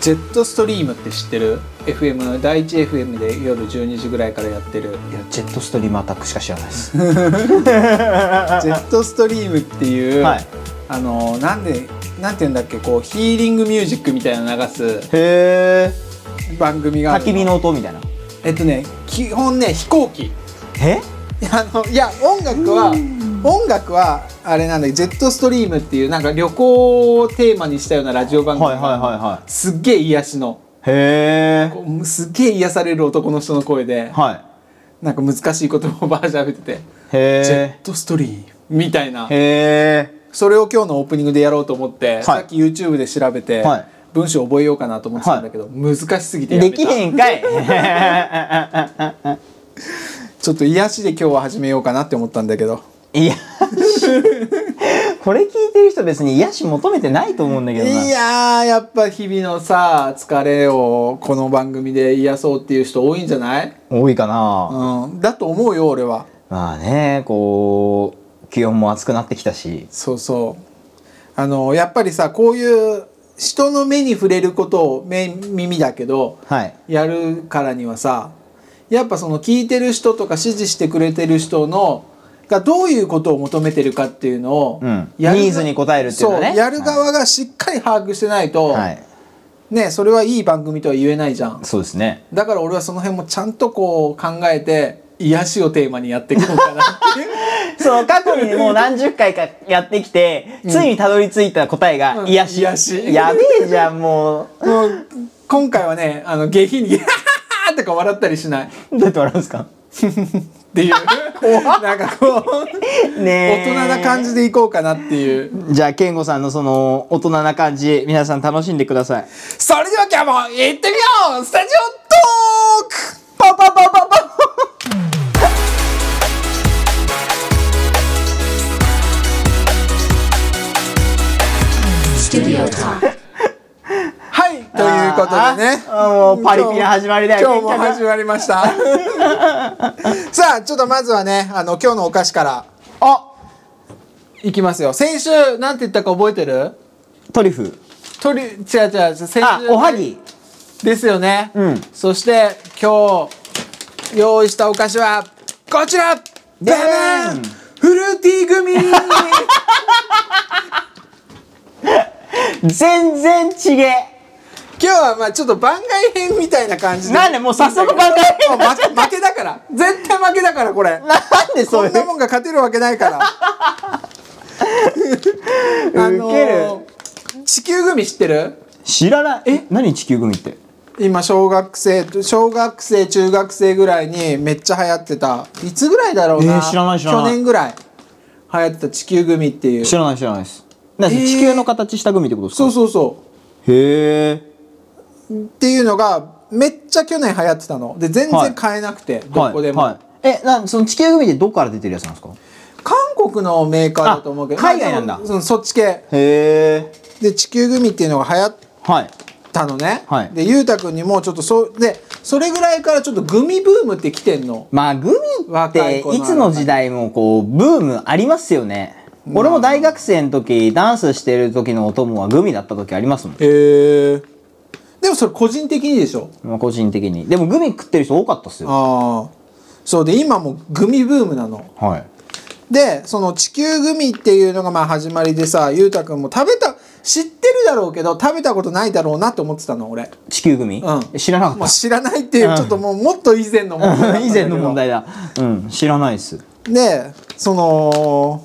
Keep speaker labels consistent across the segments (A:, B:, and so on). A: ジェットストリームって知ってる FM 第一 FM で夜12時ぐらいからやってる
B: いやジェットストリームアタックしか知らないで す
A: ジェットストリームっていう、
B: はい
A: あのなんでなんていうんだっけこうヒーリングミュージックみたいなの流す
B: へえ
A: 番組がある
B: 焚き火の音みたいな
A: えっとね基本ね飛行機い
B: え
A: やあのいや音楽は音楽はあれなんだけどジェットストリームっていうなんか旅行をテーマにしたようなラジオ番組、
B: はいはいは
A: すっげえ癒しの
B: いはいへえ
A: こうすっげえ癒される男の人の声で
B: は
A: なんか難しい言葉をバージョン喋ってて
B: い
A: 「ジェッ
B: へ
A: トストリーム」みたいな
B: えへ
A: それを今日のオープニングでやろうと思って、さっき YouTube で調べて、
B: はい
A: 文章覚えようかなと思ってたんだけど、難しすぎて
B: え
A: やめ
B: で
A: た
B: きへんかい
A: ちょっと癒しで今日は始めようかなって思ったんだけど
B: いやこれ聞いてる人別に癒し求めてないと思うんだけどない
A: いやーやっぱ日々のさ疲れをこの番組で癒そうっていう人多いんじゃない、
B: 多いかな、
A: うん、だと思うよ俺は
B: まあねこう気温も暑くなってきたし
A: そうそうあのやっぱりさこういう人の目に触れることを目耳だけど
B: はい
A: やるからにはさやっぱその聞いてる人とか支持してくれてる人のがどういうことを求めてるかっていうのを、
B: うん
A: やる
B: ニーズに応えるっていうのね
A: そうやる側がしっかり把握してないと、
B: はい
A: ねそれはいい番組とは言えないじゃん
B: そうですね
A: だから俺はその辺もちゃんとこう考えて癒しをテーマにやっていこうかなっていう
B: そう過去にもう何十回かやってきて、ついにたどり着いた答えが
A: うん
B: 癒し,、
A: 癒し
B: やべえじゃんも
A: もう今回はねあの下品に「ハハハ!」とか笑ったりしないっ
B: うどうやって笑うんですか
A: ていうなんかこう
B: ね
A: 大人な感じでいこうかなっていう。
B: じじゃあ健吾さんのその大人な感じ皆さん楽しんでください
A: それでは今日も行ってみようスタジオトーク
B: パパパパパ
A: はいということでね
B: あーもうパリピな始まりだ
A: 今
B: よ
A: 日も今日も
B: 結
A: 始まりました さあちょっとまずはねあの今日のお菓子から
B: あ
A: いきますよ先週なんて言ったか覚えてる
B: トリュフ
A: とり違う違う先週
B: あおはぎ
A: ですよね、
B: うん
A: そして今日用意したお菓子はこちらベ
B: ー
A: ベ
B: ン
A: ンフルーティーグミ
B: 全然ちげえ
A: 今日はまあちょっと番外編みたいな感じで
B: なんでもう早速番外
A: も
B: 編
A: うま負けだから絶対負けだからこれ
B: なんでそう
A: こ
B: い
A: んな
B: う
A: もんが勝てるわけない からあの地球グミ知ってる
B: 知らないえ何地球グミって
A: 今小学生小学生中学生ぐらいにめっちゃ流行ってたいつぐらいだろうな,、
B: えー知らない知らない
A: 去年ぐらい流行ってた地球グミっていう
B: 知
A: そ
B: らない知らないですなんで
A: えー
B: 地球の形したグミってことですか
A: うそうそ
B: へえ
A: うっていうのがめっちゃ去年流行ってたので全然買えなくて、どこでも、
B: はいえなんその地球グミってどこから出てるやつなんですか
A: 韓国のメーカーだと思うけど
B: あ海外なんだ
A: まあでもそのそっち系
B: へえ
A: で地球グミっていうのが流行っ
B: はい
A: たのね、
B: はい
A: でゆうたくんにもちょっとそうでそれぐらいからちょっとグミブームって来てんの
B: まあグミっ
A: 若
B: て
A: い
B: い
A: 子の
B: つの時代もこうブームありますよね俺も大学生の時ダンスしてる時のお供はグミだった時ありますも
A: へ
B: ん、
A: えでもそれ個人的にでしょ
B: まあ、個人的にでもグミ食ってる人多かったっすよ
A: ああそうで今もグミブームなの
B: はい
A: でその地球グミっていうのがまあ始まりでさゆうたくんも食べた知ってるだろうけど食べたことないだろうなって思ってたの俺
B: 地球グミ、
A: うん
B: 知らなか
A: もう
B: っ
A: 知らないっていう、
B: うん
A: ちょっともうもっと以前の問題だったたんだけ
B: 以
A: ど
B: 前の問題だうん知らないっす
A: でその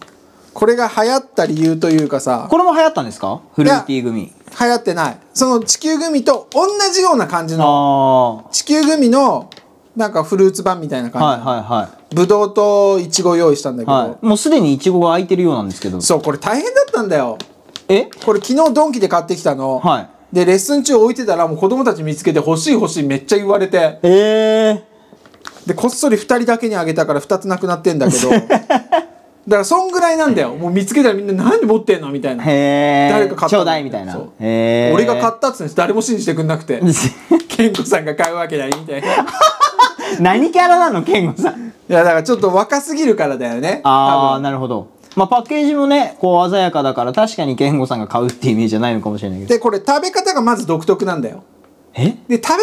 A: これが流行った理由というかさ
B: これも流行ったんですかフルーティーグミ
A: 流行ってないその地球グミと同じような感じ
B: あ
A: の
B: あは
A: 地球グミのなんかフルーツ版みたいない感じ、
B: はいはい
A: ぶどうといちご用意したんだけど、
B: はいもうすでにイチゴが空いてるようなんですけど
A: そうこれ大変だったんだよ
B: え
A: これ昨日ドンキで買ってきたの、
B: は
A: でレッスン中置いてたらもう子供たち見つけて欲しい欲しいめっちゃ言われて
B: いええ
A: でこっそり2人だけにあげたから2つなくなってんだけ どだからそんぐらいなんだよもう見つけたらみんな何持ってんのみたいな
B: へえ
A: 誰か買ったの
B: ちょうだいみたいな
A: そう
B: へえ
A: 俺が買ったっつってんです誰も信じてくんなくて健吾さんが買うわけないみたいない
B: 何キャラなの健吾さん
A: やだからちょっと若すぎるからだよね
B: ああ
A: 多分
B: なるほどまあ、パッケージもね、こう鮮やかだから、確かに健吾さんが買うってイメージじゃないのかもしれないけど。
A: でこれ食べ方がまず独特なんだよで
B: え
A: 食べ方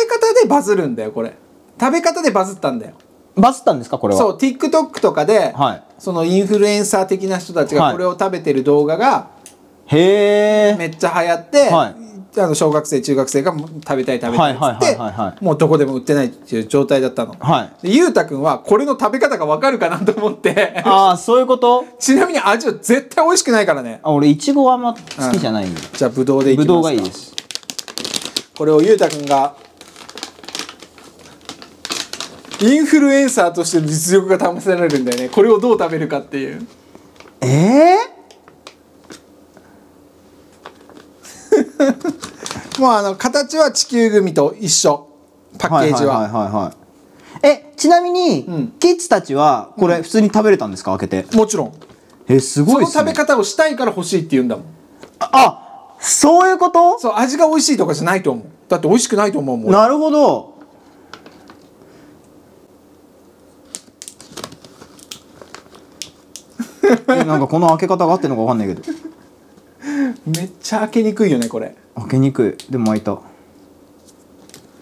A: でバズるんだよこれ食べ方でバズったんだよ
B: バズったんですかこれは。。
A: そうう TikTok とかで、
B: はい
A: そのインフルエンサー的な人たち
B: は
A: が
B: い
A: これを食べてる動画が
B: へー。
A: めっちゃ流行って、
B: は
A: あの小学生中学生がもう食べたい食べたいっつ
B: はい
A: っ
B: はい
A: て
B: はいはいは
A: もうどこでも売ってないっていう状態だったの、
B: はい。
A: でゆうたくんはこれの食べ方がわかるかなと思って
B: ああ、そういうこと
A: ちなみに味は絶対美味しくないからね
B: あ俺、いちごはあんま好きじゃないんで。
A: じゃあぶどうでいきま
B: ぶ
A: すか
B: どうがいいです。
A: これをゆうたくんがインフルエンサーとしての実力が試されるんだよねこれをどう食べるかっていう
B: ええ
A: もうあの形は地球組と一緒パッケージは,、
B: はいはいはいはいはいえ、ちなみに、
A: うん
B: キッズたちは、これ、普通に食べれたんですか開けて。
A: もちろん
B: え、す
A: そ
B: ごい
A: の
B: っす
A: 食べ
B: ね。
A: 方をしたいから欲しいって言うんだもん
B: あ、そういうこと
A: そう味が美味しいとかじゃないと思うだって美味しくないと思うもん
B: なるほど。 えなんかこの開け方が合ってるのかわかんないけど
A: めっちゃ開けにくいよねこれ
B: 開けにくいでも開いた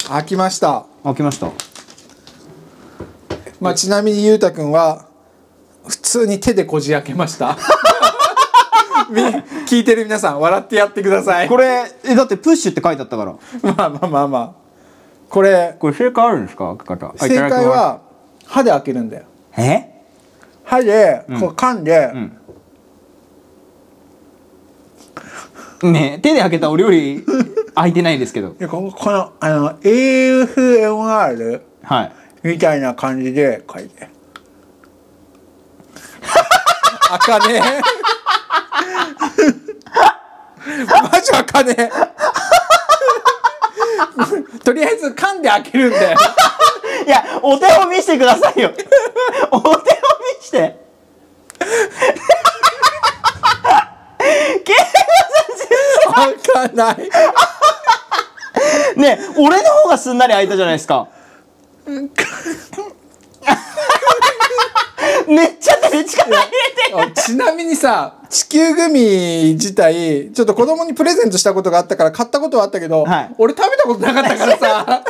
A: 開きました、
B: 開きました
A: まあ、ちなみにゆうたくんは普通に手でこじ開けました み聞いてる皆さん笑ってやってください
B: これえだってプッシュって書いてあったから
A: まあまあまあまあこれ
B: これ正解あるんですか開け方
A: 正解は歯で開けるんだよ
B: え
A: 歯でこ
B: ん
A: う噛んで、
B: ねえ手で開けたお料 理開いてないですけど
A: でこのこのあの AFMR
B: はい
A: みたいな感じで書いて あかねえ マジあかねえとりあえず噛んで開けるんだよ
B: いやお手本見せてくださいよお手本見して
A: 開か ない
B: ねえ俺の方がすんなり開いたじゃないですかめっちゃ手で力入れて
A: あちなみにさ地球グミ自体ちょっと子供にプレゼントしたことがあったから買ったことはあったけど、
B: はい
A: 俺食べたことなかったから さ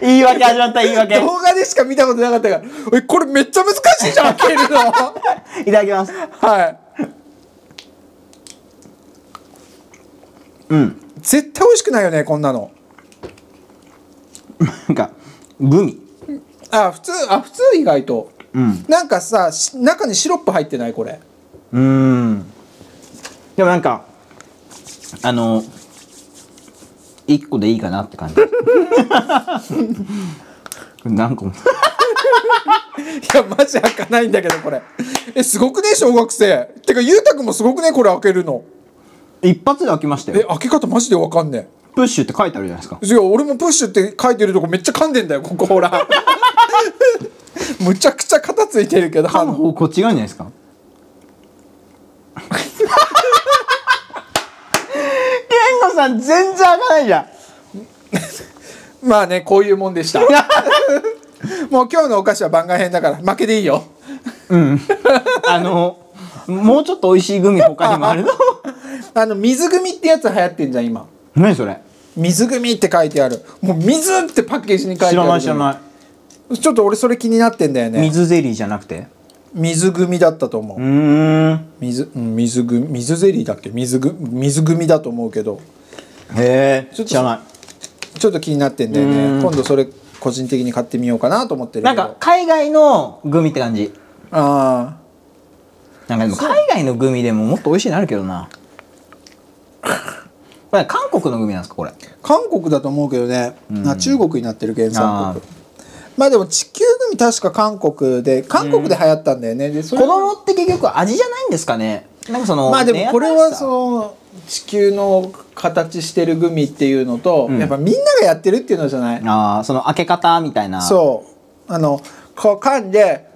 B: 言い訳始まった言い訳
A: 動画でしか見たことなかったからえこれめっちゃ難しいじゃん開けるの
B: いただきます
A: はい
B: うん
A: 絶対美味しくないよねこんなの
B: なんかグミ
A: あ普通あ普通意外と
B: うん
A: なんかさし中にシロップ入ってないこれ
B: うーんでもなんかあの一個でいいかなって感じこれ何個も
A: いやマジ開かないんだけどこれえすごくね小学生てかゆうたくんもすごくねこれ開けるの
B: 一発で開きました
A: え
B: よ
A: 開け方マジでわかんねえ
B: プッシュって書いてあるじゃないですか
A: いや俺もプッシュって書いてるとこめっちゃ噛んでんだよここほ らむちゃくちゃ肩ついてるけど
B: 噛む方向違うんじゃないですか健吾さん全然開かないじゃん
A: まあねこういうもん でしたもう今日のお菓子は番外編だから負けでいいよ
B: うんあのもうちょっと美味しいグミ他にもあるの
A: あの水組ってやつ流行ってんじゃん今
B: 何それ
A: 水組って書いてあるもう水ってパッケージに書い
B: 知
A: てあ
B: らな
A: る
B: い知らない
A: ちょっと俺それ気になってんだよ
B: い
A: ね
B: 水ゼリーじゃなくて
A: 水組だったと思う
B: うーん
A: 水うん水組水ゼリーだっけ水ぐ水組だと思うけど
B: へえ
A: ちょっと
B: 知らな
A: ちょっと気になってんだよね今度それ個人的に買ってみようかなと思って
B: い
A: る
B: な
A: け
B: ん
A: ど
B: か海外のグミって感じ
A: ああ
B: なんかでも海外のグミでももっと美味しいのあるけどなこれ韓国のグミなんですかこれ
A: 韓国だと思うけどね、あ中国になってる原産
B: あ
A: 国まあでも地球組確か韓国で韓国で流行ったんだよね、でそ
B: 子
A: れ
B: 供って結局味じゃないんですかねなんかその
A: まあでもこれは
B: う
A: その地球の形してる組っていうのと、
B: うん
A: やっぱみんながやってるっていうのじゃない、
B: あーその開け方みたいな
A: そうあのこう噛んで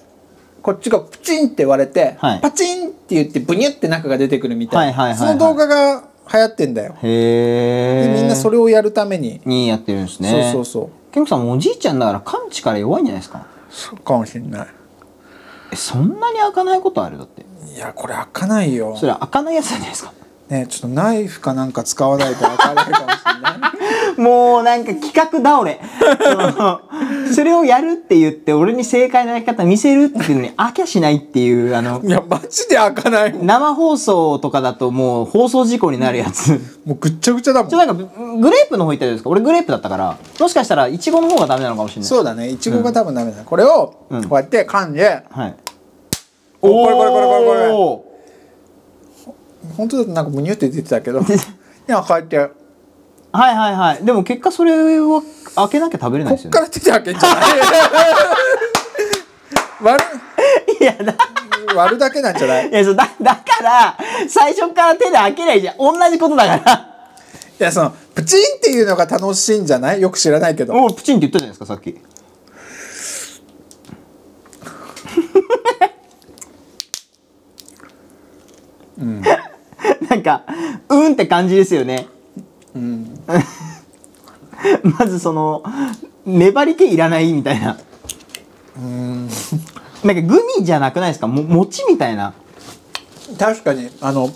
A: こっちがプチンって割れて、
B: はい
A: パチンって言ってブニュって中が出てくるみたいな、
B: はいはいはいは
A: そ
B: い
A: の動画が流行ってんだよ
B: へ
A: でみ
B: え
A: んなそれをやるために、
B: にやってるんですね
A: そうそう
B: ケンコさんもおじいちゃんだから感知から弱いんじゃないですか
A: そうそうかもしんない
B: えそんなに開かないことあるだって
A: いいやこれ開かないよ
B: それ開かないやつじゃないですか
A: ねちょっとナイフかなんか使わないと開かないかもしれない
B: もうなんか企画倒れ。そのそれをやるって言って、俺に正解のやり方見せるっていうのに飽きゃしないっていう、あ の、
A: いや、マジで開かないもん。
B: 生放送とかだともう放送事故になるや つ。
A: もうぐっちゃぐちゃだも
B: ちょ、
A: ん。
B: なんか、グレープの方行ったじゃないですか。俺グレープだったから、もしかしたらイチゴの方がダメなのかもしれない。
A: そうだね。いちごが多分ダメだ。これを、
B: うん
A: こうやって噛んで、
B: はい。
A: おこれこれこれこれこれ
B: お
A: 本当だとなんかむにゅって出てたけど、いや、こうやって、
B: ーはいはいはい。でも結果それは開けなきゃ食べれないです
A: こっか
B: よね。
A: ら手で開け んじゃない割
B: いや、だ、
A: る、割るだけなんじゃないい
B: いや、そうだ、 だから、最初から手で開けないじゃん。同じことだから。
A: や、その、プチンっていうのが楽しいんじゃないよく知らないけど。
B: もうプチンって言ったじゃないですか、さっき。なんか、うんって感じですよね。うん。 まずその、粘り気いらないみたいな。うん。なんかグミじゃなくないですかも餅みたいな。
A: 確かに、あの、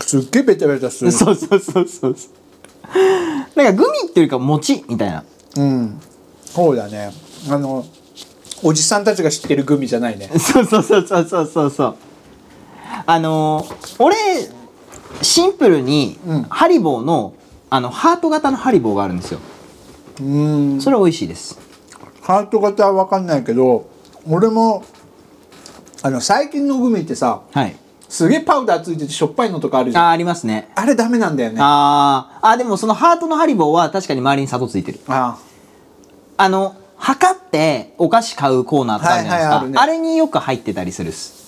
A: すっげえベタベタする。
B: そうそうそうそうそう。なんかグミっていうか餅みたいな。
A: うん。そうだね。あの、おじさんたちが知ってるグミじゃないね。
B: そうそうそうそうそうそうそうあのー俺シンプルに、
A: うん
B: ハリボーのあのハート型のハリボーがあるんですよ
A: うん。
B: それ美味しいです
A: ハート型は分かんないけど俺もあの最近のグミってさ
B: はい
A: すげえパウダーついててしょっぱいのとかあるじ
B: あ
A: ゃんあ
B: ーありますね
A: れダメなんだよねあ
B: あーあーでもそのハートのハリボーは確かに周りに砂糖ついてる
A: あ
B: あの測ってお菓子買うコーナーとかあるじゃないですか、
A: はいはいあるね
B: あれによく入ってたりするっす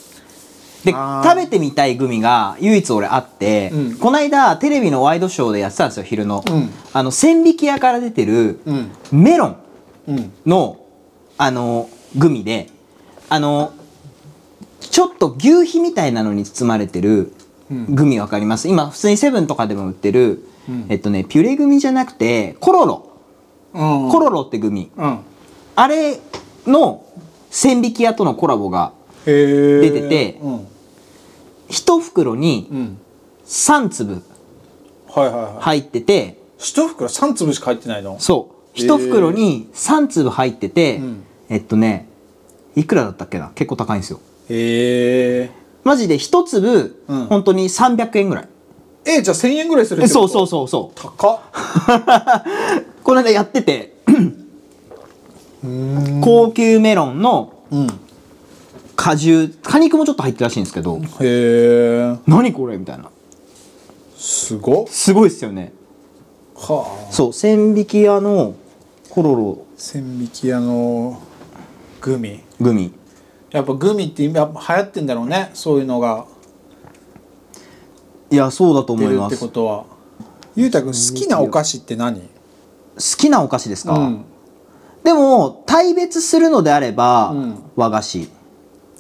B: で
A: あー
B: 食べてみたいグミが唯一俺あって、
A: うん
B: この間テレビのワイドショーでやってたんですよ昼の、
A: うん
B: あの千匹屋から出てる
A: うん
B: メロン
A: うん
B: のあのグミであのちょっと牛皮みたいなのに包まれてる
A: うん
B: グミわかります今普通にセブンとかでも売ってる、
A: うん
B: えっとねピュレグミじゃなくてコロロ
A: うん
B: コロロってグミ
A: うん
B: あれの千匹屋とのコラボが
A: へえ
B: 出てて
A: うん
B: 一袋に
A: うん
B: 3粒
A: はいはいはい
B: 入ってて
A: 一袋三粒しか入ってないの
B: そう
A: へー
B: 一袋に3粒入ってて、
A: うん
B: えっとねいくらだったっけな結構高いんですよ
A: へえ
B: マジで一粒、
A: うん
B: 本当に300円ぐらい
A: えじゃあ千円ぐらいするって
B: そうそううそうそう
A: 高っ
B: この間やってて
A: うん
B: 高級メロンの
A: うん
B: 果汁果肉もちょっと入ってるらしいんですけど
A: へえ
B: 何これみたいな
A: すごっ
B: すごいっすよね
A: はあ
B: そう千匹屋のコロロ
A: 千匹屋のグミ
B: グミ
A: やっぱグミって今やっぱ流行ってんだろうねそういうのが
B: いやそうだと思
A: 出
B: い
A: る
B: ま
A: って
B: す
A: こ
B: 好
A: とはゆうたくん好きなお菓子って何
B: きなお菓子ですか、
A: うん
B: でも大別するのであれば、
A: うん
B: 和菓子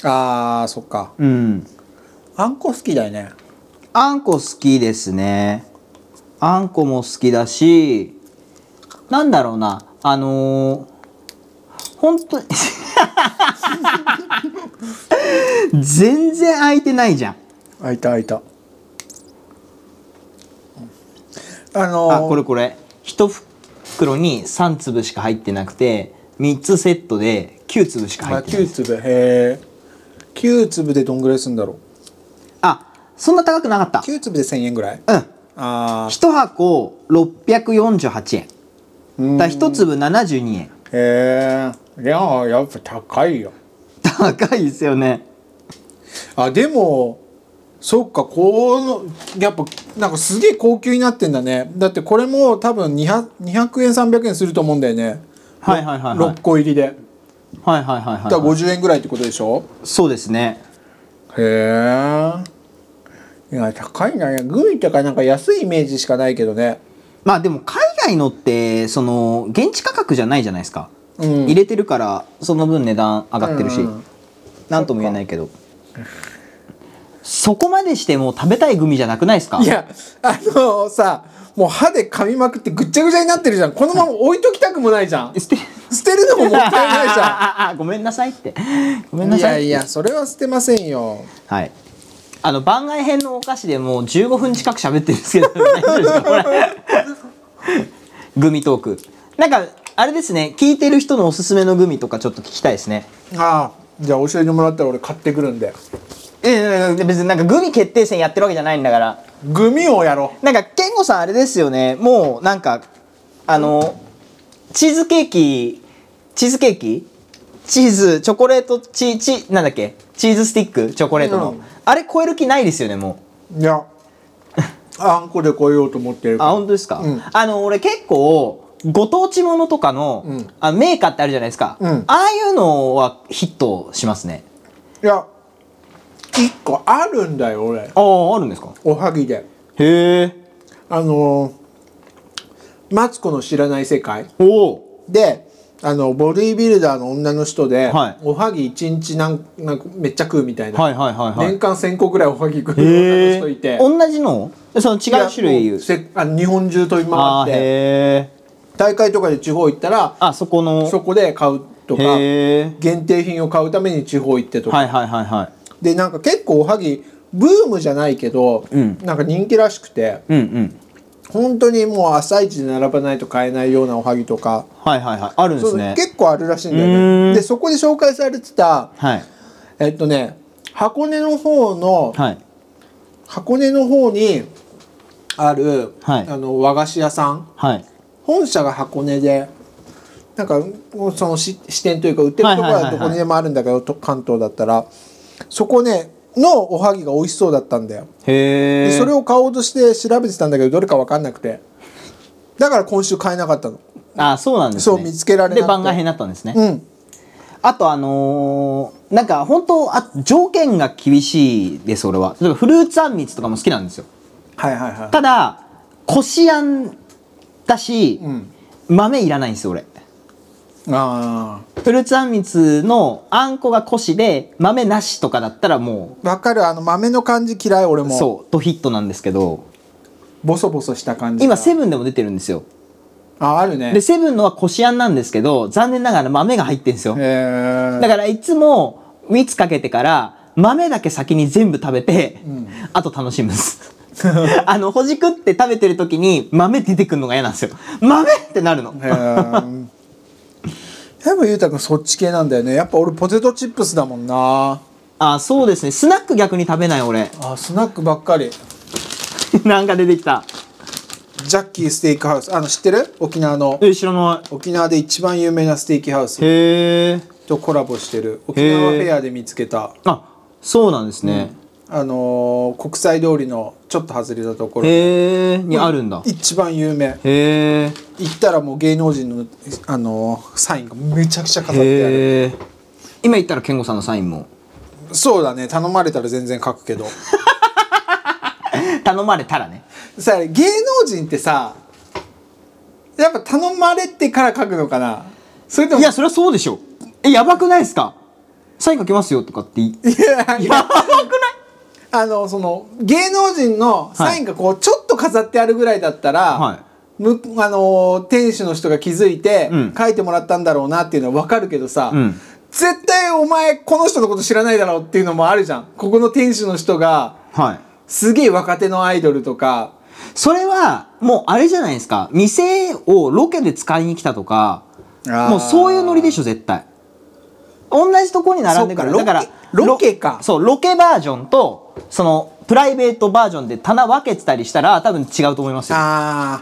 A: あーそっか
B: うん
A: あんこ好きだよね
B: あんこ好きですね。あんこも好きだし、なんだろうな、あのー、本当に 全然空いてないじゃん。
A: あいたあいたあの
B: あ、
A: ー、
B: これこれ。一袋に3粒しか入ってなくて、3つセットで9粒しか入
A: あ
B: ってない
A: 9。粒へえ9粒でどんぐらいするんだろ
B: あ、そんな高くなかっ
A: う9粒で1000円ぐらい
B: た。うん。
A: あ
B: 1箱648円。
A: ー
B: だ1粒72円。
A: へえいやーやっぱ高いよ
B: 高いですよね。
A: あでもそっかこのやっぱなんかすげえ高級になってんだねだってこれも多分 200, 200円300円すると思うんだよね
B: はいはいはい、はい
A: 6。個入りで
B: はいはいはいはい、
A: だから
B: はい、
A: 50円ぐらいってことでしょ
B: そうですね
A: へえいや高いなグミとかなんか安いイメージしかないけどね
B: まあでも海外のってその現地価格じゃないじゃないですか、
A: うん
B: 入れてるからその分値段上がってるし、
A: うん
B: なんとも言えないけどそこまでしてもう食べたいグミじゃなくないですか
A: いやあのさもう歯で噛みまくってぐっちゃぐちゃになってるじゃんこのまま置いときたくもないじゃん
B: 捨て
A: 捨てるのももったいないじゃ
B: ああああごめんなさいってごめん
A: ん
B: ないさ
A: や
B: い
A: いやそれは捨てませんよ
B: はいあの番外編のお菓子でもう15分近く喋ってるんですけど大丈夫ですかこれグミトークなんかあれですね聞いてる人のおすすめのグミとかちょっと聞きたいですね
A: ああじゃあ教えてもらったら俺買ってくるんで
B: ええ別になんかグミ決定戦やってるわけじゃないんだから
A: グミをやろう
B: なんか健吾さんあれですよねもうなんかあのチーズケーキチーズケーキチーズチョコレートチチなんだっけチーズスティックチョコレートの、
A: うん
B: あれ超える気ないですよねも
A: い
B: う
A: やあんこで超えようと思ってる
B: あ本当ですか、
A: うん
B: あの俺結構ご当地ものとかの、
A: うん
B: あメーカーってあるじゃないですか、
A: うん
B: ああいうのはヒットしますね
A: いや一個あるんだよ俺
B: あああるんですか
A: おはぎで
B: へえ
A: あのーマツコの知らない世界
B: おお
A: であのボディービルダーの女の人で、
B: はい
A: おはぎ一日なんなんかめっちゃ食うみたいな、
B: はいはいはいはい
A: 年間1,000個ぐらいおはぎ食う女の人いて
B: 同じのその違う種類
A: いや
B: 言
A: も
B: う
A: うせあの日本中飛び回っ
B: あー
A: て
B: へえ
A: 大会とかで地方行ったら
B: あそこの
A: そこで買うとか
B: へえ
A: 限定品を買うために地方行ってとか、
B: はいはいはいはい
A: でなんか結構おはぎブームじゃないけど、
B: うん
A: なんか人気らしくて
B: うんうん
A: 本当にもう朝一で並ばないと買えないようなおはぎとか、
B: はいはいはいあるんで
A: そう
B: すね
A: 結構あるらしいんだよ
B: うーん
A: ねでそこで紹介されてた
B: はい
A: えっとね箱根の方の、
B: はい
A: 箱根の方にある、
B: はい
A: あの和菓子屋さん
B: はい
A: 本社が箱根でなんかもうそのし支店というか売ってるところ
B: はいはいはいは
A: はいどこにでもあるんだけど、と関東だったらそこねのおはぎが美味しそうだったんだよ、
B: へ
A: で
B: え
A: それを買おうとして調べてたんだけどどれか分かんなくてだから今週買えなかったの
B: あそうなんですね
A: そう見つけられなくて
B: で番外編だったんですね
A: うん
B: あとあのーなんか本当あ条件が厳しいです俺は例えばフルーツあんみつとかも好きなんですよ
A: はいはいは
B: ただこしあんだし、
A: いうん
B: 豆いらないんですよ俺
A: あ
B: フルーツあんみつのあんこがこしで豆なしとかだったらも
A: あわかるあの豆の感じ嫌い俺
B: う
A: も
B: そうとヒットなんですけど
A: ボソボソした感じが
B: 今セブンでも出てるんですよ
A: ああるね
B: でセブンのはこしあんなんですけど残念ながら豆が入ってるんですよ
A: へえ
B: だからいつも蜜かけてから豆だけ先に全部食べて、
A: ん
B: あと楽しむんです。 あの、ほじくって食べてる時に豆出てくるのが嫌なんですよ。豆ってなるの。
A: へー多分ゆうたくんそっち系なんだよねやっぱ俺ポテトチップスだもんな
B: あ、そうですね。スナック逆に食べない俺。
A: あスナックばっかり
B: なんか出てきた。
A: ジャッキーステーキハウスあの知ってる沖縄の
B: え、知らな
A: 沖縄で一番有名なステーキハウス
B: い。へえ。
A: とコラボしてる沖縄フェアで見つけた
B: あ、そうなんですね。
A: あのー国際通りのちょっと外れたところ
B: へえ。にあるんだ。
A: 一番有名
B: へえ。
A: 行ったらもう芸能人の、あのーサインがめちゃくちゃ飾ってある
B: へえ。今言ったら健吾さんのサインも。
A: そうだね頼まれたら全然書くけど
B: 頼まれたらね。
A: さ芸能人ってさやっぱ頼まれてから書くのかなそれとも
B: いや、そりゃそうでしょ。え、やばくないですかサイン書きますよとかっていい。
A: いややばくないあのその芸能人のサインがこうちょっと飾ってあるぐらいだったら、
B: は
A: むあのー店主の人が気づいて、
B: うん
A: 書いてもらったんだろうなっていうのは分かるけどさ、
B: うん
A: 絶対お前この人のこと知らないだろうっていうのもあるじゃんここの店主の人が
B: はい。
A: すげえ若手のアイドルとか
B: それは、もうあれじゃないですか。店をロケで使いに来たとか、
A: あー
B: もうそういうノリでしょ、絶対。同じとこに並んでくる。
A: そ
B: だ
A: っか
B: から、
A: ロケロケか
B: そう、ロケバージョンと、その、プライベートバージョンで棚分けてたりしたら、多分違うと思いますよ。
A: あ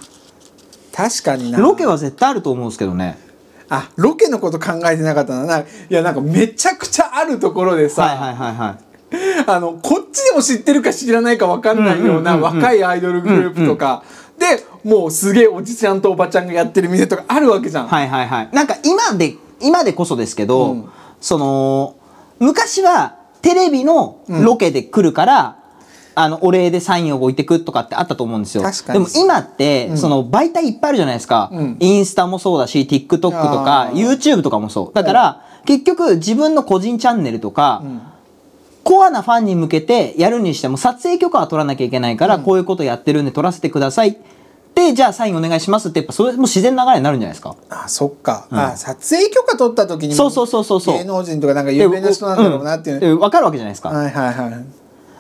A: ー確かにな
B: ロケは絶対あると思うんですけどね。
A: あロケのこと考えてなかったななんかいやなんかめちゃくちゃあるところでさ、
B: はいはいはいはい。
A: あのこっちでも知ってるか知らないか分かんないような若いアイドルグループとか、でもうすげえおじちゃんとおばちゃんがやってる店とかあるわけじゃん。
B: はいはいはい。なんか今で、今でこそですけど、
A: うん
B: その、昔はテレビのロケで来るから、あの、お礼でサインを置いてくとかってあったと思うんですよ。
A: 確かに
B: でも今って、その媒体いっぱいあるじゃないですか。
A: うん
B: インスタもそうだし、TikTok とか
A: あ、ー
B: YouTube とかもそう。だから、結局自分の個人チャンネルとか、
A: ん
B: コアなファンに向けてやるにしても撮影許可は取らなきゃいけないから、こういうことやってるんで撮らせてください。で、じゃあサインお願いしますって、やっぱそれも自然な流れになるんじゃないですか。
A: あそっか、あ撮影許可取った時にも
B: そうそうそうそうそう
A: 芸能人とかなんか有名な人なんだろうなっていう、
B: でわかるわけじゃないですか。
A: はいはいはい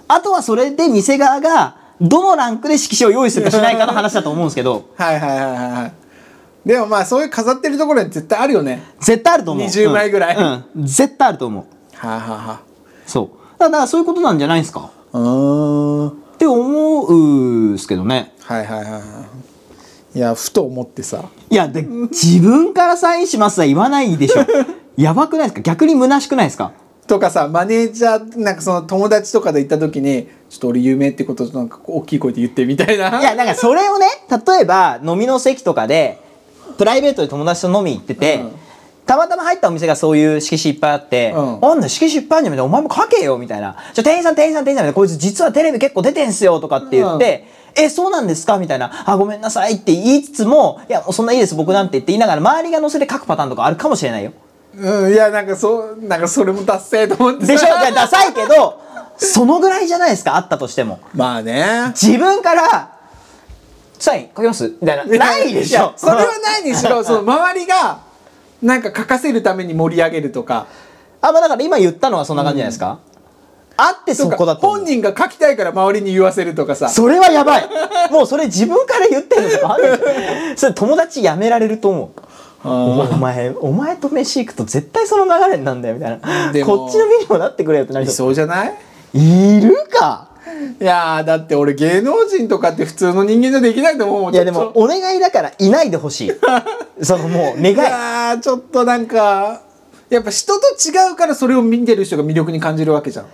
B: あとはそれで店側がどのランクで色紙を用意するかしないかの話だと思うんですけど
A: はいはいはいはいはいでもまあそういう飾ってるところは絶対あるよね
B: 絶対あると思う
A: 20枚ぐらい
B: うんうん絶対あると思う
A: はあ、は
B: そうだからそういうことなんじゃないですか
A: あ、はあ、うーん
B: って思うんですけどね
A: はいはいはいはいいやふと思ってさ
B: いや で自分からサインしますは言わないでしょやばくないですか逆に虚しくないですか
A: とかさマネージャーなんかその友達とかで行った時にちょっと俺有名ってことなんか大きい声で言ってみたいない
B: やなんかそれをね例えば飲みの席とかでプライベートで友達と飲み行ってて、
A: うん
B: たまたま入ったお店がそういう色紙いっぱいあって「
A: うん
B: あんな色紙いっぱいあるじゃん」みたいな「お前も書けよ」みたいな「ちょ店員さん店員さん店員さん」みたいな「こいつ実はテレビ結構出てんすよ」とかって言って「えそうなんですか?」みたいな「あごめんなさい」って言いつつも「いやもうそんないいです僕なんて」って言いながら周りが載せて書くパターンとかあるかもしれないよ。
A: うんいやなんかそうなんかそれも達成と思ってさ
B: でしょいやダサいけ どそのぐらいじゃないですかあったとしても。
A: まあね
B: 自分から「サイン書きます」みたいなないでし
A: や
B: ょ。
A: それはないにし ろその周りがなんか書かせるために盛り上げるとか
B: あ、まあだから今言ったのはそんな感じじゃないですか、あってそこだと思う
A: 本人が書きたいから周りに言わせるとかさ
B: それはやばいもうそれ自分から言ってるのとかあ るでしょそれ友達やめられると思うお前お前お前と飯行くと絶対その流れになんだよみたいな
A: でも
B: こっちの身にもなってくれよってなり
A: い
B: そう
A: そうじゃない
B: いるか
A: いやーだって俺芸能人とかって普通の人間じゃできないと思うもん
B: いやで
A: ちょ
B: も
A: っと
B: お願いだからいないでほしいそのもう願い
A: いやーちょっとなんかやっぱ人と違うからそれを見てる人が魅力に感じるわけじゃん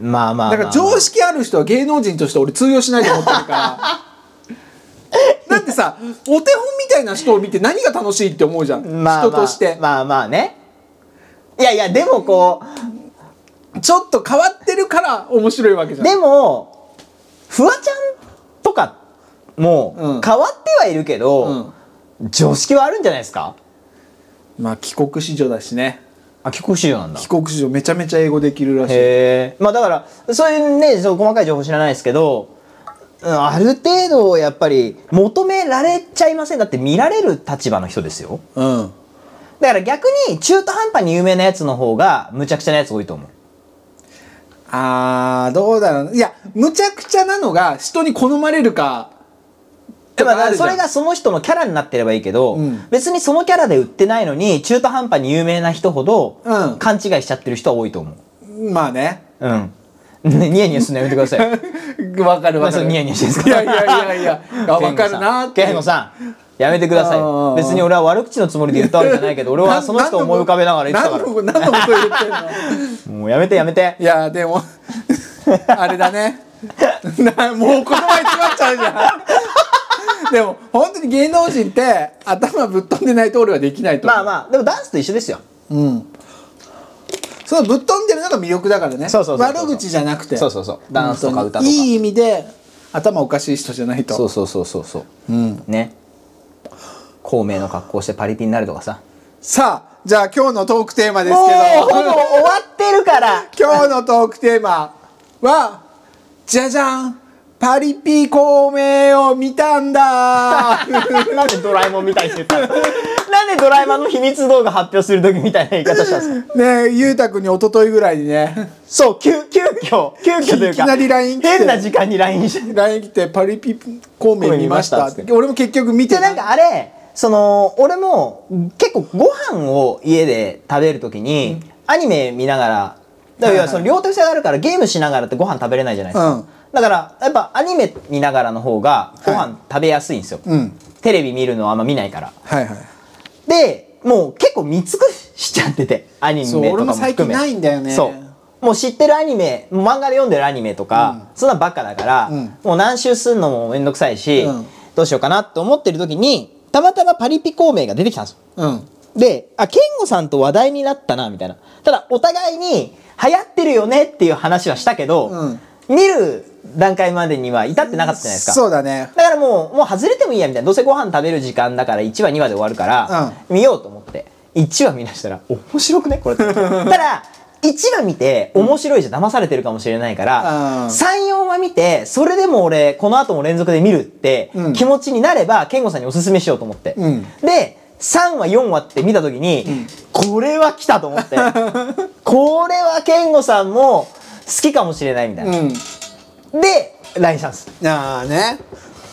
B: まあまあまあ
A: だから常識ある人は芸能人として俺通用しないと思ってるからだってさお手本みたいな人を見て何が楽しいって思うじゃん、
B: まあまあ
A: 人として、
B: まあまあねいやいやでもこう
A: ちょっと変わってるから面白いわけじゃん
B: でもフワちゃんとかも
A: うん
B: 変わってはいるけど、常識はあるんじゃないですか
A: まあ帰国子女だしね
B: あ帰国子女なんだ
A: 帰国子女めちゃめちゃ英語できるらしい
B: へえまあだからそういうねそう細かい情報知らないですけどうんある程度やっぱり求められちゃいませんだって見られる立場の人ですよ
A: うん
B: だから逆に中途半端に有名なやつの方がむちゃくちゃなやつ多いと思う
A: あーどうだろういやむちゃくちゃなのが人に好まれるか
B: でも
A: とかあるじゃ
B: そ
A: ん
B: れがその人のキャラになってればいいけど、
A: うん
B: 別にそのキャラで売ってないのに中途半端に有名な人ほど
A: うん
B: 勘違いしちゃってる人は多いと思う。
A: まあね
B: うん。 ねニヤニヤするのやめてください。
A: わかる
B: ま
A: わ
B: あ、
A: か
B: それ
A: る
B: ニヤニヤしてるんです
A: いや
B: か
A: いやい やいやあわかるなーって
B: 健吾さん、やめてくださ
A: うんうんうん
B: い。別に俺は悪口のつもりで言ったわけじゃな いけど、俺はその人を思い浮かべながら言ってたか
A: 何のこと言ってんの
B: ら。もうやめてやめて
A: い。やでも あれだね なもうこの前詰まっちゃうじゃん でも本当に芸能人って頭ぶっ飛んでないと俺はできないと思
B: まあ
A: う
B: まあ、でもダンスと一緒ですよ。
A: うんそのぶっ飛んでるのが魅力だからね
B: そうそうそうそう
A: 悪口じゃなくて
B: そうそうそうダンスとか歌
A: 本
B: とか
A: 当にいい意味で頭おかしい人じゃないと
B: そうそうそうそうそう。
A: うん
B: ね。孔明の格好してパリピになるとかさ。
A: さあじゃあ今日のトークテーマです
B: もうほ
A: けど
B: ぼ終わってるから。
A: 今日のトークテーマはじゃじゃんパリピ孔明を見たんだ
B: なんでドラえもんみたいに言ったの なんでドラえもんの秘密道具発表する時みたいな言い方したんですか
A: ねえゆうたくんに一昨日ぐらいにね
B: そう急急遽急遽というか
A: いきなり LINE 来て
B: 変な時間に LINE して
A: LINE 来て「パリピ孔明見ました」
B: 孔明
A: っ
B: 見ました
A: て俺も結局見て
B: でなんかあれその俺も結構ご飯を家で食べる時に、アニメ見ながらだから要はその両手差があるからゲームしながらってご飯食べれないじゃないですか、
A: うん
B: だからやっぱアニメ見ながらの方がご飯食べやすいんですよ、
A: うん
B: テレビ見るのはあんま見ないから
A: はいはい
B: でもう結構見尽くしちゃっててアニメと
A: そう
B: か
A: 俺も
B: も
A: 最近
B: 含め
A: ないんだよね
B: そうもう知ってるアニメ漫画で読んでるアニメとか、そんなんばっかだから、
A: うん
B: もう何周すんのもめんどくさいし、
A: うん
B: どうしようかなって思ってる時にたまたまパリピ孔明が出てきたんですよ
A: うん
B: であ健吾さんと話題になったなみたいなただお互いに流行ってるよねっていう話はしたけど、
A: うん
B: 見る段階までには至ってなかったじゃないですか
A: そうだね
B: だからもう、もう外れてもいいやみたいな。どうせご飯食べる時間だから1話2話で終わるから、見ようと思って。1話見出したら、お面白くねこれって。 ただ、1話見て、面白いじゃ騙されてるかもしれないから、
A: うん
B: 3、4話見て、それでも俺、この後も連続で見るって
A: うん
B: 気持ちになれば、健吾さんにおすすめしようと思って。
A: うん
B: で、3話、4話って見 た時に、これは来たと思って。これは健吾さんも、きかもしれないみたいな、
A: う
B: で LINE したんです
A: んああね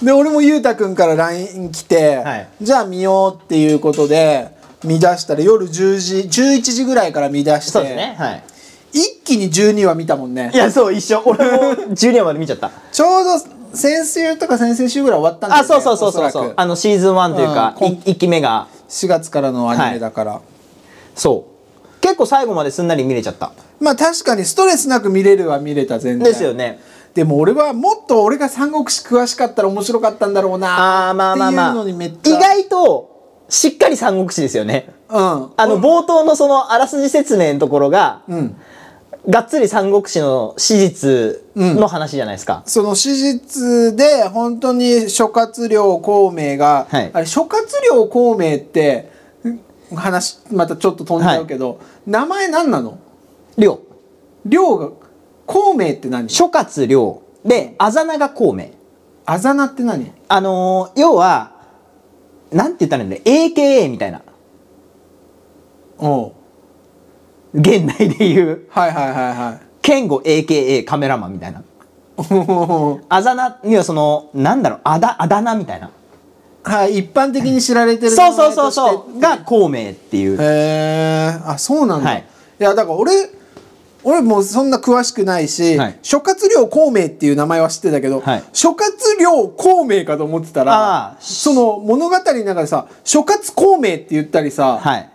A: で俺も裕太君から LINE 来て、
B: はい
A: じゃあ見ようっていうことで見出したら夜10時11時ぐらいから見出して
B: そうですねはい
A: 一気に12話見たもんね
B: いやそう一緒俺もジュニアまで見ちゃった
A: ちょうど先週とか先々週ぐらい終わったんだよ
B: あ
A: ね
B: そうそうそうそう
A: お
B: そう
A: らく
B: あのシーズン1というか、
A: うん
B: い一期目が
A: 4月からのアニメだから、
B: そう結構最後まですんなり見れちゃった
A: まあ確かにストレスなく見れるは見れた全然
B: ですよね
A: でも俺はもっと俺が三国志詳しかったら面白かったんだろうな
B: あーまあまあ
A: っていう
B: まあ
A: のにめっ
B: 意
A: ちゃ
B: 外としっかり三国志ですよね
A: うん
B: あの冒頭のそのあらすじ説明のところが、
A: うん
B: がっつり三国志の史実の話じゃないですか、
A: その史実で本当に諸葛亮孔明が、
B: はい
A: あれ諸葛亮孔明ってん話またちょっと飛んじゃうけど、名前何なの
B: 亮
A: 亮が孔明って何
B: 諸葛亮であざなが孔明
A: あざなって何
B: あのー要はなんて言ったらいいんだろう AKA みたいな
A: おう
B: 現代でいう
A: はいはいはいはい
B: 健吾 AKA カメラマンみたいな
A: おう
B: あざなにはそのなんだろうあだあだ名みたいな
A: はい一般的に知られてる
B: そうそうそうそ
A: 名前と
B: うが孔明ってい
A: して
B: う
A: へえあそうなんだ、
B: はい
A: い、やだから俺俺もうそんな詳しくないし、
B: はい
A: 諸葛亮孔明っていう名前は知ってたけど、
B: はい
A: 諸葛亮孔明かと思ってた
B: あ
A: ら
B: ー
A: その物語の中でさ諸葛孔明って言ったりさ、
B: はい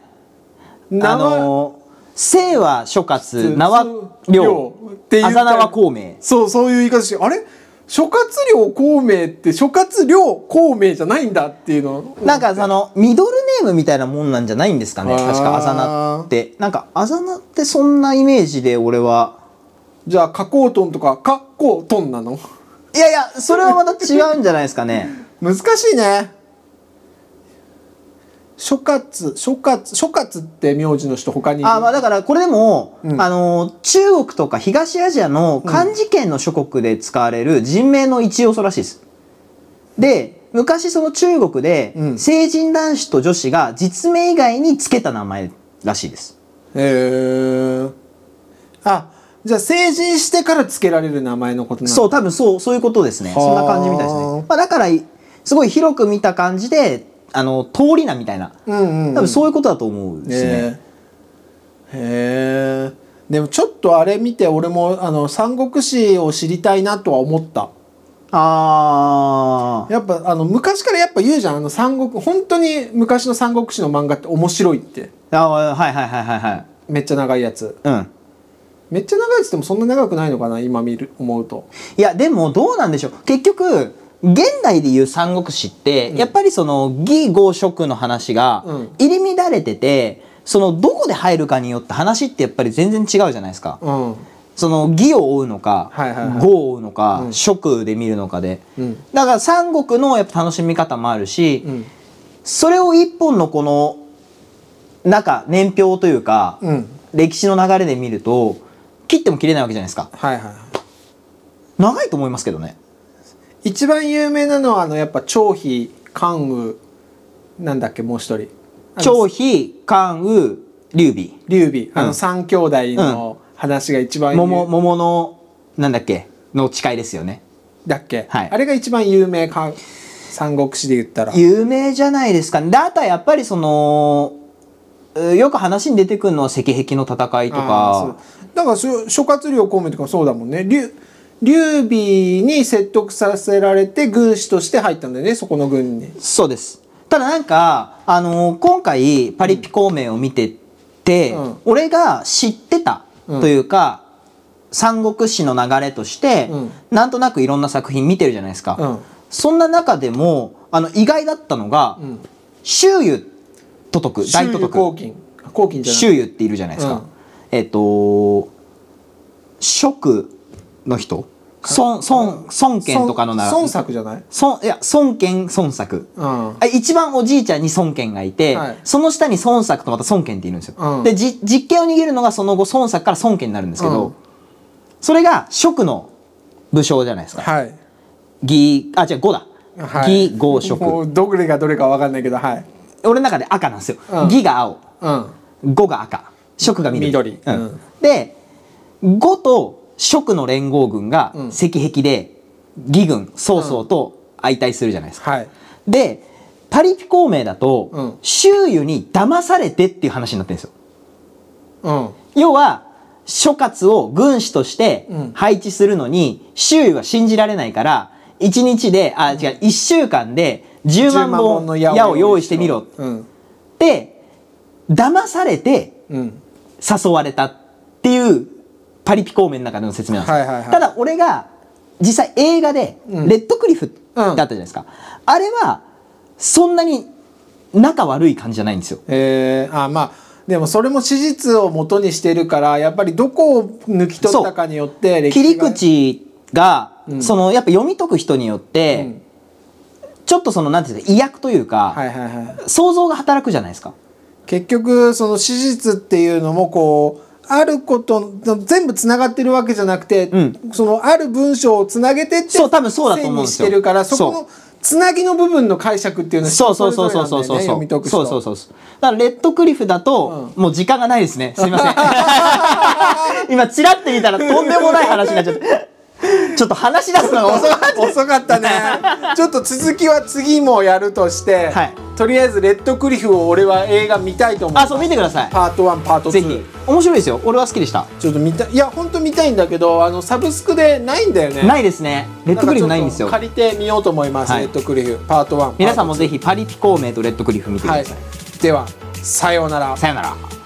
A: 名
B: あ
A: 前
B: のー姓は諸葛名は
A: 亮
B: 亮
A: って言った
B: あ
A: り
B: ざ名は孔明
A: そうそういう言い方してあれ諸葛亮孔明って諸葛亮孔明じゃないんだっていうの
B: なんかそのミドルネームみたいなもんなんじゃないんですかね
A: あー
B: 確かあざなってなんかあざなってそんなイメージで俺は
A: じゃあ加工トンとか加工トンなの
B: いやいやそれはまた違うんじゃないですかね
A: 難しいね諸葛諸葛諸葛って名字の人他にいる
B: あーまあだからこれでも、
A: うん
B: あのー中国とか東アジアの漢字圏の諸国で使われる人名の一要素らしいですで昔その中国で、
A: うん
B: 成人男子と女子が実名以外につけた名前らしいです
A: へーあじゃあ成人してから付けられる名前のことなの
B: そう多分そうそういうことですね
A: はあ
B: そんな感じみたいですね、まあ、だからすごい広く見た感じであの通り名みたいな
A: うんうんうん、
B: 多分そういうことだと思うんですね、
A: ねへえでもちょっとあれ見て俺もあの三国志を知りたいなとは思った
B: ああ
A: やっぱあの昔からやっぱ言うじゃんあの三国本当に昔の三国志の漫画って面白いって
B: あーはいはいはいはいはい
A: めっちゃ長いやつ
B: うん
A: めっちゃ長いっつってもそんな長くないのかな今見る思うと
B: いやでもどうなんでしょう結局現代でいう三国志って、やっぱりその義合職の話が
A: うん
B: 入り乱れてて、そのどこで入るかによって話ってやっぱり全然違うじゃないですか、
A: うん
B: その義を追うのか、
A: はいはいはい
B: 語を追うのか、
A: うん
B: 職で見るのかで、
A: うん
B: だから三国のやっぱ楽しみ方もあるし、
A: うん
B: それを一本のこの中年表というか、
A: うん
B: 歴史の流れで見ると切っても切れないわけじゃないですか
A: はいはい
B: 長いと思いますけどね
A: 一番有名なのはあのやっぱ張飛関羽なんだっけもう一人あの
B: 張飛関羽劉備
A: 劉備あ
B: う
A: の
B: ん
A: 三兄弟の話が一番有名
B: 桃桃のなんだっけの誓いですよね
A: だっけ、
B: はい
A: あれが一番有名か三国志で言ったら
B: 有名じゃないですかねであとはやっぱりそのうよく話に出てくるのは石壁の戦いと
A: あー
B: か
A: そうだからそう諸葛亮孔明とかそうだもんね劉劉備に説得させられて軍師として入ったんだよねそこの軍に
B: そうです。ただなんか、あのー今回、パリピ孔明を見てて、
A: うん
B: 俺が知ってたというか、三国志の流れとして、
A: うん
B: なんとなくいろんな作品見てるじゃないですか。
A: うん
B: そんな中でも、あの、意外だったのが、
A: ん
B: 周遊都督、大都
A: 周公
B: 督、
A: 金公金じゃない
B: 周遊っているじゃないですか。
A: うん
B: えっ、と、職の人孫、孫、孫権とかのな
A: 孫孫作じゃない
B: 孫、いや、孫権、孫作。
A: うん
B: あ一番おじいちゃんに孫権がいて、
A: はい
B: その下に孫作とまた孫権っているんですよ、
A: うん
B: でじ実権を握るのがその後孫作から孫権になるんですけど、
A: うん
B: それが職の武将じゃないですか
A: はい
B: 義あ違う五だ、
A: はい
B: 義五職
A: もうどれがどれかわかんないけどはい
B: 俺の中で赤なんですよ、
A: うん
B: 義が青
A: うん
B: 五が赤職が緑
A: 緑
B: うん
A: うん
B: で五と食の連合軍が
A: うん
B: 石壁で魏軍曹操と相対するじゃないですか。
A: はい
B: でパリピ孔明だと、
A: うん
B: 周囲に騙されてっていう話になってるんですよ。
A: うん
B: 要は諸葛を軍師として
A: うん
B: 配置するのに周囲は信じられないから1日であ違う1週間で10万本の矢を用意してみろっ
A: うん
B: て騙されて
A: うん
B: 誘われたっていうパリピ孔明の中での説明なんですよ、
A: はいはいはい
B: ただ俺が実際映画で「レ
A: うん
B: ッドクリフ」だったじゃないですか、あれはそんなに仲悪い感じじゃないんですよ
A: えー、あまあでもそれも史実を元にしてるからやっぱりどこを抜き取ったかによって歴史
B: 切り
A: が
B: 口が、
A: うん
B: そのやっぱ読み解く人によっ
A: う
B: て、
A: ん
B: ちょっとそのなんていうんですか意訳というか、
A: はいはいはい
B: 想像が働くじゃないですか。
A: 結局その史実っていうのもこうあること全部つながってるわけじゃなくて、
B: うん
A: そのある文章をつなげてって
B: そう多分そうだと思う
A: 線
B: んで
A: に
B: す
A: し
B: よ
A: てるからそこ
B: そう
A: のつなぎの部分の解釈っていうのは
B: そうそうそう
A: 人
B: そう
A: れぞ
B: そう
A: れ
B: そ
A: なんだよね読
B: うそ
A: み
B: う
A: 解く人
B: そうそうそうだからレッドクリフだと、もう時間がな いですねすいません 今チラッて見たらとんでもない話になっちゃってちょっと話し出すのが遅かった
A: 遅かった ねちょっと続きは次もやるとして、
B: はい
A: とりあえずレッドクリフを俺は映画見たいと思う
B: あそう見てくださ
A: パート1パート2
B: いぜひ面白いですよ俺は好きでした
A: ちょっと見たいいや本当見たいんだけどあのサブスクでないんだよね
B: ないですねレッドクリフないんですよ
A: かちょっと借りてみようと思います、
B: はい
A: レッドクリフパート1
B: 皆さんもぜひパリピ孔明とレッドクリフ見てく
A: は
B: だ
A: い
B: さい、、
A: ではさようなら
B: さよなら